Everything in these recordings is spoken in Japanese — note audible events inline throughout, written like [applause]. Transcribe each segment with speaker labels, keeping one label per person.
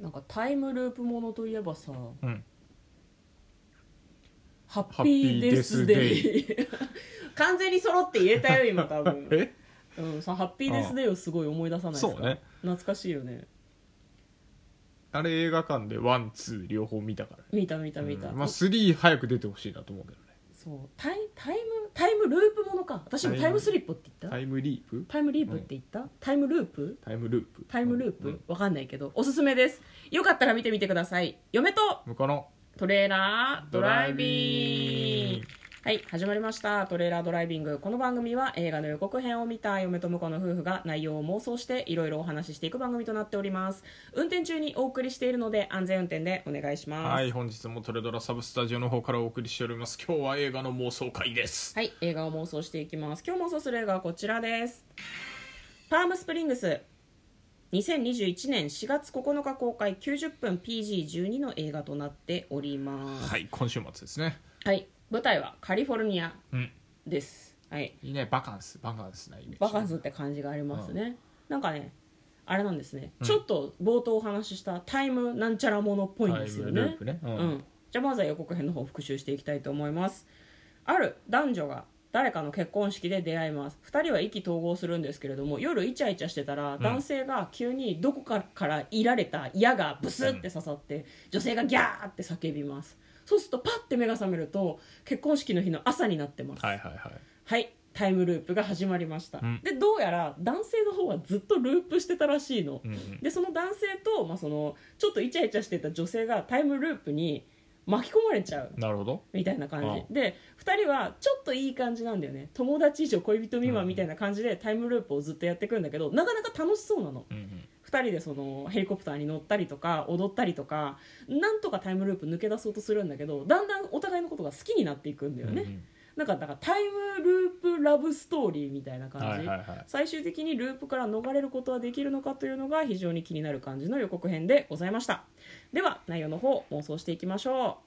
Speaker 1: なんかタイムループものといえばさ
Speaker 2: うん
Speaker 1: ハッピーデスデ
Speaker 2: ハ
Speaker 1: イ [laughs] 完全に揃って言えたよ今多分
Speaker 2: え
Speaker 1: うん、そのハッピーデスデイをすごい思い出さないですか
Speaker 2: そうね
Speaker 1: 懐かしいよね
Speaker 2: あれ映画館でワンツー両方見たから
Speaker 1: 見た見た見た、
Speaker 2: うんまあ3早く出てほしいなと思うけどね
Speaker 1: そうタイタイムタイムループものか私もタイムスリップって言った
Speaker 2: タ
Speaker 1: タイ
Speaker 2: イムリープ
Speaker 1: ムリープって言った、タイムループ
Speaker 2: タイムループ
Speaker 1: タイムループ、
Speaker 2: うん
Speaker 1: わかんないけどおすすめですよかったら見てみてください嫁と
Speaker 2: 向こうの
Speaker 1: トレーラードライビング
Speaker 2: ドライビング
Speaker 1: はい始まりましたトレーラードライビングこの番組は映画の予告編を見た嫁と婿の夫婦が内容を妄想していろいろお話ししていく番組となっております運転中にお送りしているので安全運転でお願いします
Speaker 2: は
Speaker 1: はいい、
Speaker 2: 本日もトレドラサブスタジオの方からお送りしております今日は映画の妄想会です
Speaker 1: 映画を妄想していきます今日妄想する映画はこちらですパームスプリングス2021年4月9日公開90分 PG12 の映画となっております
Speaker 2: はい今週末ですね
Speaker 1: はい舞台はカリフォルニア
Speaker 2: うん
Speaker 1: ですはい
Speaker 2: いいねバカンスバカンスなイメージ
Speaker 1: バカンスって感じがありますね、なんかねあれなんですね、ちょっと冒頭お話ししたタイムなんちゃらものっぽいんですよね
Speaker 2: タイムループねうん
Speaker 1: うんじゃあまずは予告編の方を復習していきたいと思いますある男女が誰かの結婚式で出会います2人は意気投合するんですけれども夜イチャイチャしてたら男性が急にどこかからいられた矢がブスって刺さって女性がギャーって叫びますそうするとパッて目が覚めると結婚式の日の朝になってます、
Speaker 2: はいはいはい
Speaker 1: はいタイムループが始まりました、
Speaker 2: ん
Speaker 1: でどうやら男性の方はずっとループしてたらしいの、
Speaker 2: うんうん
Speaker 1: でその男性と、まあ、そのちょっとイチャイチャしてた女性がタイムループに巻き込まれちゃう
Speaker 2: なるほど
Speaker 1: みたいな感じ、
Speaker 2: うん
Speaker 1: で2人はちょっといい感じなんだよね友達以上恋人未満みたいな感じでタイムループをずっとやってくんだけどなかなか楽しそうなの
Speaker 2: うんうん
Speaker 1: 2人でそのヘリコプターに乗ったりとか踊ったりとかなんとかタイムループ抜け出そうとするんだけどだんだんお互いのことが好きになっていくんだよね、
Speaker 2: うん
Speaker 1: なんかだからタイムループラブストーリーみたいな
Speaker 2: うん
Speaker 1: 感じ、
Speaker 2: はいはいはい
Speaker 1: 最終的にループから逃れることはできるのかというのが非常に気になる感じの予告編でございましたでは内容の方妄想していきましょ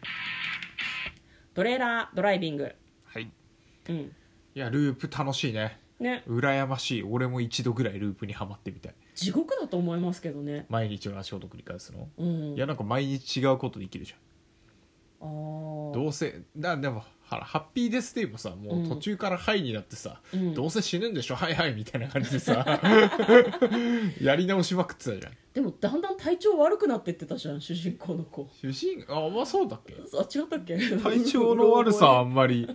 Speaker 1: うトレーラードライビング
Speaker 2: はいい
Speaker 1: うん
Speaker 2: やループ楽しいね
Speaker 1: ね
Speaker 2: 羨ましい俺も一度ぐらいループにはまってみたい
Speaker 1: 地獄だと思いますけどね
Speaker 2: 毎日同じこと繰り返すの
Speaker 1: うん
Speaker 2: いやなんか毎日違うことできるじゃん
Speaker 1: あー
Speaker 2: どうせだでもほらハッピーデスデイもさもう途中からハイになってさ、
Speaker 1: うん
Speaker 2: どうせ死ぬんでしょはいはいみたいな感じで [laughs] さやり直しまくってたじゃん
Speaker 1: でもだんだん体調悪くなってってたじゃん主人公の子
Speaker 2: 主人あまあそうだっけ
Speaker 1: あ違ったっけ
Speaker 2: 体調の
Speaker 1: [laughs]
Speaker 2: 悪さは [laughs] あんまり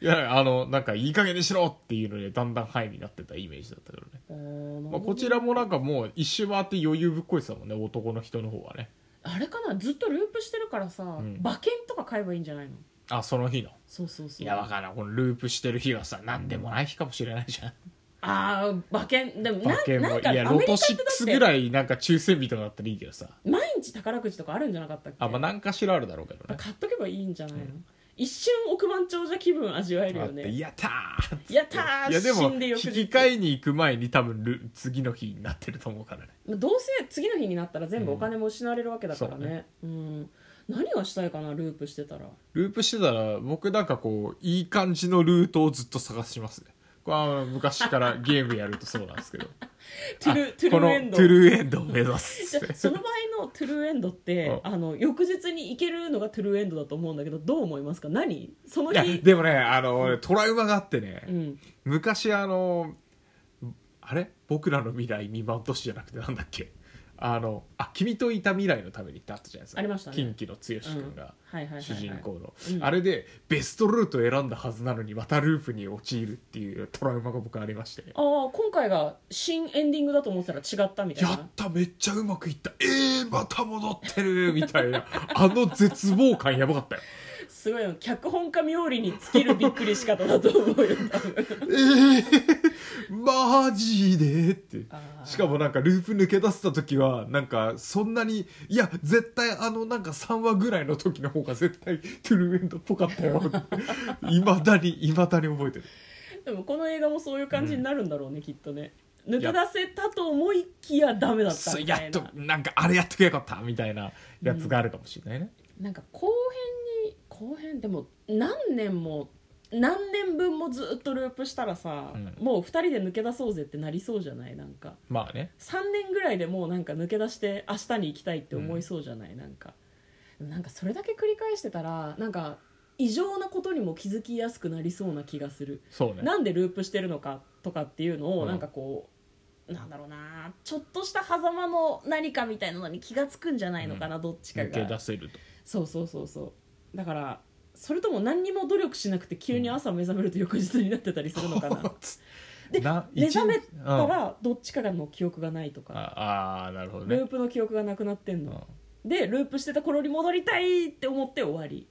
Speaker 2: いやあのなんかいい加減にしろっていうのでだんだんハイになってたイメージだったけどね、
Speaker 1: あーなる
Speaker 2: まあ、
Speaker 1: ほど
Speaker 2: こちらもなんかもう一周回って余裕ぶっこいてたもんね男の人の方はね
Speaker 1: あれかなずっとループしてるからさ、
Speaker 2: ん
Speaker 1: 馬券とか買えばいいんじゃないの
Speaker 2: あその日の
Speaker 1: そうそうそう
Speaker 2: いやわかんないこのループしてる日がさ何でもない日かもしれないじゃん
Speaker 1: あー馬券でもな
Speaker 2: 馬券
Speaker 1: な
Speaker 2: も
Speaker 1: んかア
Speaker 2: い
Speaker 1: メ
Speaker 2: や
Speaker 1: リカっ
Speaker 2: ロ
Speaker 1: てだ
Speaker 2: ト
Speaker 1: っ
Speaker 2: 6
Speaker 1: て
Speaker 2: ぐらいなんか抽選日とかだったらいいけどさ
Speaker 1: 毎日宝くじとかあるんじゃなかったっけ
Speaker 2: あまあ何かしらあるだろうけどね
Speaker 1: 買っとけばいいんじゃないの、一瞬億万長者気分味わえるよ
Speaker 2: あって
Speaker 1: ね
Speaker 2: やったーっつって
Speaker 1: やったー
Speaker 2: いやで
Speaker 1: 死
Speaker 2: も
Speaker 1: んで
Speaker 2: 引
Speaker 1: 翌
Speaker 2: き
Speaker 1: 日
Speaker 2: 換えに行く前に多分ル次の日になってると思うからね
Speaker 1: まあどうせ次の日になったら全部お金も失われるわけだから
Speaker 2: うんそう
Speaker 1: ね,、うん、何がしたいかなループしてたら
Speaker 2: ループしてたら僕なんかこういい感じのルートをずっと探しますねこれは昔からゲームやるとそうなんですけど
Speaker 1: トゥルートゥ
Speaker 2: こ
Speaker 1: ル
Speaker 2: の
Speaker 1: ーエンド
Speaker 2: トゥルーエンドを目指す
Speaker 1: じゃ
Speaker 2: っつって
Speaker 1: その場合のトゥルーエンドって
Speaker 2: う
Speaker 1: あの翌日に行けるのがトゥルーエンドだと思うんだけどどう思いますか何その
Speaker 2: いや
Speaker 1: 日
Speaker 2: でもねあの俺トラウマがあってね、
Speaker 1: うん、
Speaker 2: 昔あのあれ僕らの未来未満都市じゃなくてなんだっけあのあ君といた未来のためにってあったじゃないですか
Speaker 1: ありましたね
Speaker 2: 近畿の剛君が、
Speaker 1: はいはいはいはい
Speaker 2: 主人公の、
Speaker 1: うん
Speaker 2: あれでベストルートを選んだはずなのにまたループに陥るっていうトラウマが僕ありまして
Speaker 1: ああ今回が新エンディングだと思ってたら違ったみたいな
Speaker 2: やっためっちゃうまくいったえー、また戻ってるみたいなあの絶望感やば
Speaker 1: [laughs]
Speaker 2: かったよ
Speaker 1: すごいの脚本家冥利に尽きるびっくりし方だと思うよ多分
Speaker 2: [laughs] えー、マジでって
Speaker 1: あー
Speaker 2: しかもなんかループ抜け出せた時はなんかそんなにいや絶対あのなんか3話ぐらいの時の方が絶対トゥルーエンドっぽかったよ [laughs] いまだにいまだに覚えてる
Speaker 1: でもこの映画もそういう感じになるんだろうね、きっとね抜け出せたと思いきやダメだった
Speaker 2: そう
Speaker 1: みた
Speaker 2: やっ
Speaker 1: い
Speaker 2: と
Speaker 1: な
Speaker 2: なんかあれやっとけばよかったみたいなやつがあるかもしれないね、
Speaker 1: なんか後編に後編でも何年も何年分もずっとループしたらさ、
Speaker 2: うん
Speaker 1: もう2人で抜け出そうぜってなりそうじゃないなんか
Speaker 2: まあね
Speaker 1: 3年ぐらいでもうなんか抜け出して明日に行きたいって思いそうじゃない、なんかでもなんかそれだけ繰り返してたらなんか異常なことにも気づきやすくなりそうな気がする、
Speaker 2: そうね
Speaker 1: なんでループしてるのかとかっていうのを、
Speaker 2: うん
Speaker 1: なんかこうなんだろうなちょっとした狭間の何かみたいなのに気が付くんじゃないのかな、どっちか
Speaker 2: 抜け出
Speaker 1: が
Speaker 2: せると
Speaker 1: そうそうそうそうだからそれとも何にも努力しなくて急に朝目覚めると翌日になってたりするのかな、で
Speaker 2: な
Speaker 1: 目覚め
Speaker 2: 一日
Speaker 1: だ
Speaker 2: う
Speaker 1: か
Speaker 2: ん [laughs] あ
Speaker 1: らどっちかがの記憶がないとか
Speaker 2: あーなるほど
Speaker 1: ル
Speaker 2: ね
Speaker 1: ープの記憶がなくなってん
Speaker 2: う
Speaker 1: の、
Speaker 2: ん
Speaker 1: でループしてた頃に戻りたいって思って終わ
Speaker 2: [laughs]
Speaker 1: り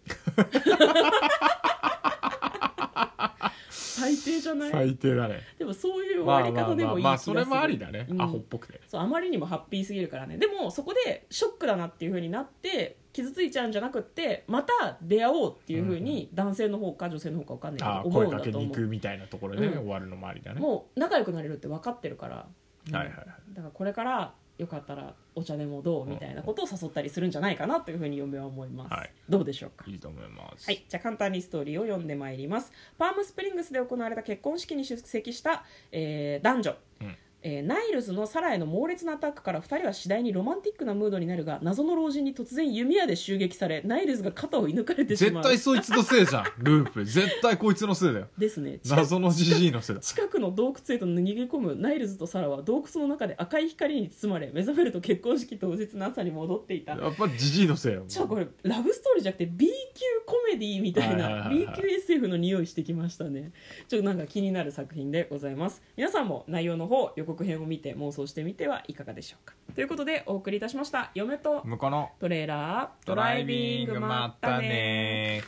Speaker 1: 最低じゃない、
Speaker 2: 最低だね
Speaker 1: でもそういう
Speaker 2: まあ
Speaker 1: 終わり
Speaker 2: まあ
Speaker 1: 方で
Speaker 2: まあ
Speaker 1: もいい気がする、
Speaker 2: まあそれもありだね
Speaker 1: うん
Speaker 2: アホっぽくて
Speaker 1: そうあまりにもハッピーすぎるからねでもそこでショックだなっていう風になって傷ついちゃうんじゃなくってまた出会おうっていう風に男性の方か女性の方か分かんないけ
Speaker 2: あ
Speaker 1: ど
Speaker 2: あ
Speaker 1: 思う
Speaker 2: 声
Speaker 1: んだ
Speaker 2: かけ
Speaker 1: と
Speaker 2: に
Speaker 1: 思
Speaker 2: 行
Speaker 1: う
Speaker 2: くみたいなところでね
Speaker 1: うん
Speaker 2: 終わるのもありだね
Speaker 1: もう仲良くなれるって分かってるから、うん
Speaker 2: はいはいはい
Speaker 1: だからこれからよかったらお茶でもどうみたいなことを誘ったりするんじゃないかなというふうに嫁は思います、
Speaker 2: はい
Speaker 1: どうでしょうか
Speaker 2: いいと思います
Speaker 1: はい、じゃあ簡単にストーリーを読んでまいりますパームスプリングスで行われた結婚式に出席した、えー男女、
Speaker 2: うん
Speaker 1: えーナイルズのサラへの猛烈なアタックから2人は次第にロマンティックなムードになるが謎の老人に突然弓矢で襲撃されナイルズが肩を射抜かれてしま
Speaker 2: 絶
Speaker 1: う
Speaker 2: 対そいつのせ
Speaker 1: [laughs]
Speaker 2: いじゃんループ絶対こいつのせいだよ
Speaker 1: ですね近
Speaker 2: 謎のじじいの
Speaker 1: [laughs]
Speaker 2: せいだ
Speaker 1: 近くの洞窟へと逃げ込むナイルズとサラは洞窟の中で赤い光に包まれ目覚めると結婚式当日の朝に戻っていた
Speaker 2: やっぱじじいのせいよ
Speaker 1: ちょこれラブストーリーじゃなくて B 級コメディみたい
Speaker 2: はい
Speaker 1: な
Speaker 2: はいはい
Speaker 1: B
Speaker 2: はい
Speaker 1: 級 SF の匂いしてきましたねちょっとなんか気になる作品でございます皆さんも内容の方予告編を見て妄想してみてはいかがでしょうかということでお送りいたしました嫁と
Speaker 2: 向こうの
Speaker 1: トレーラード
Speaker 2: ドライビングまったね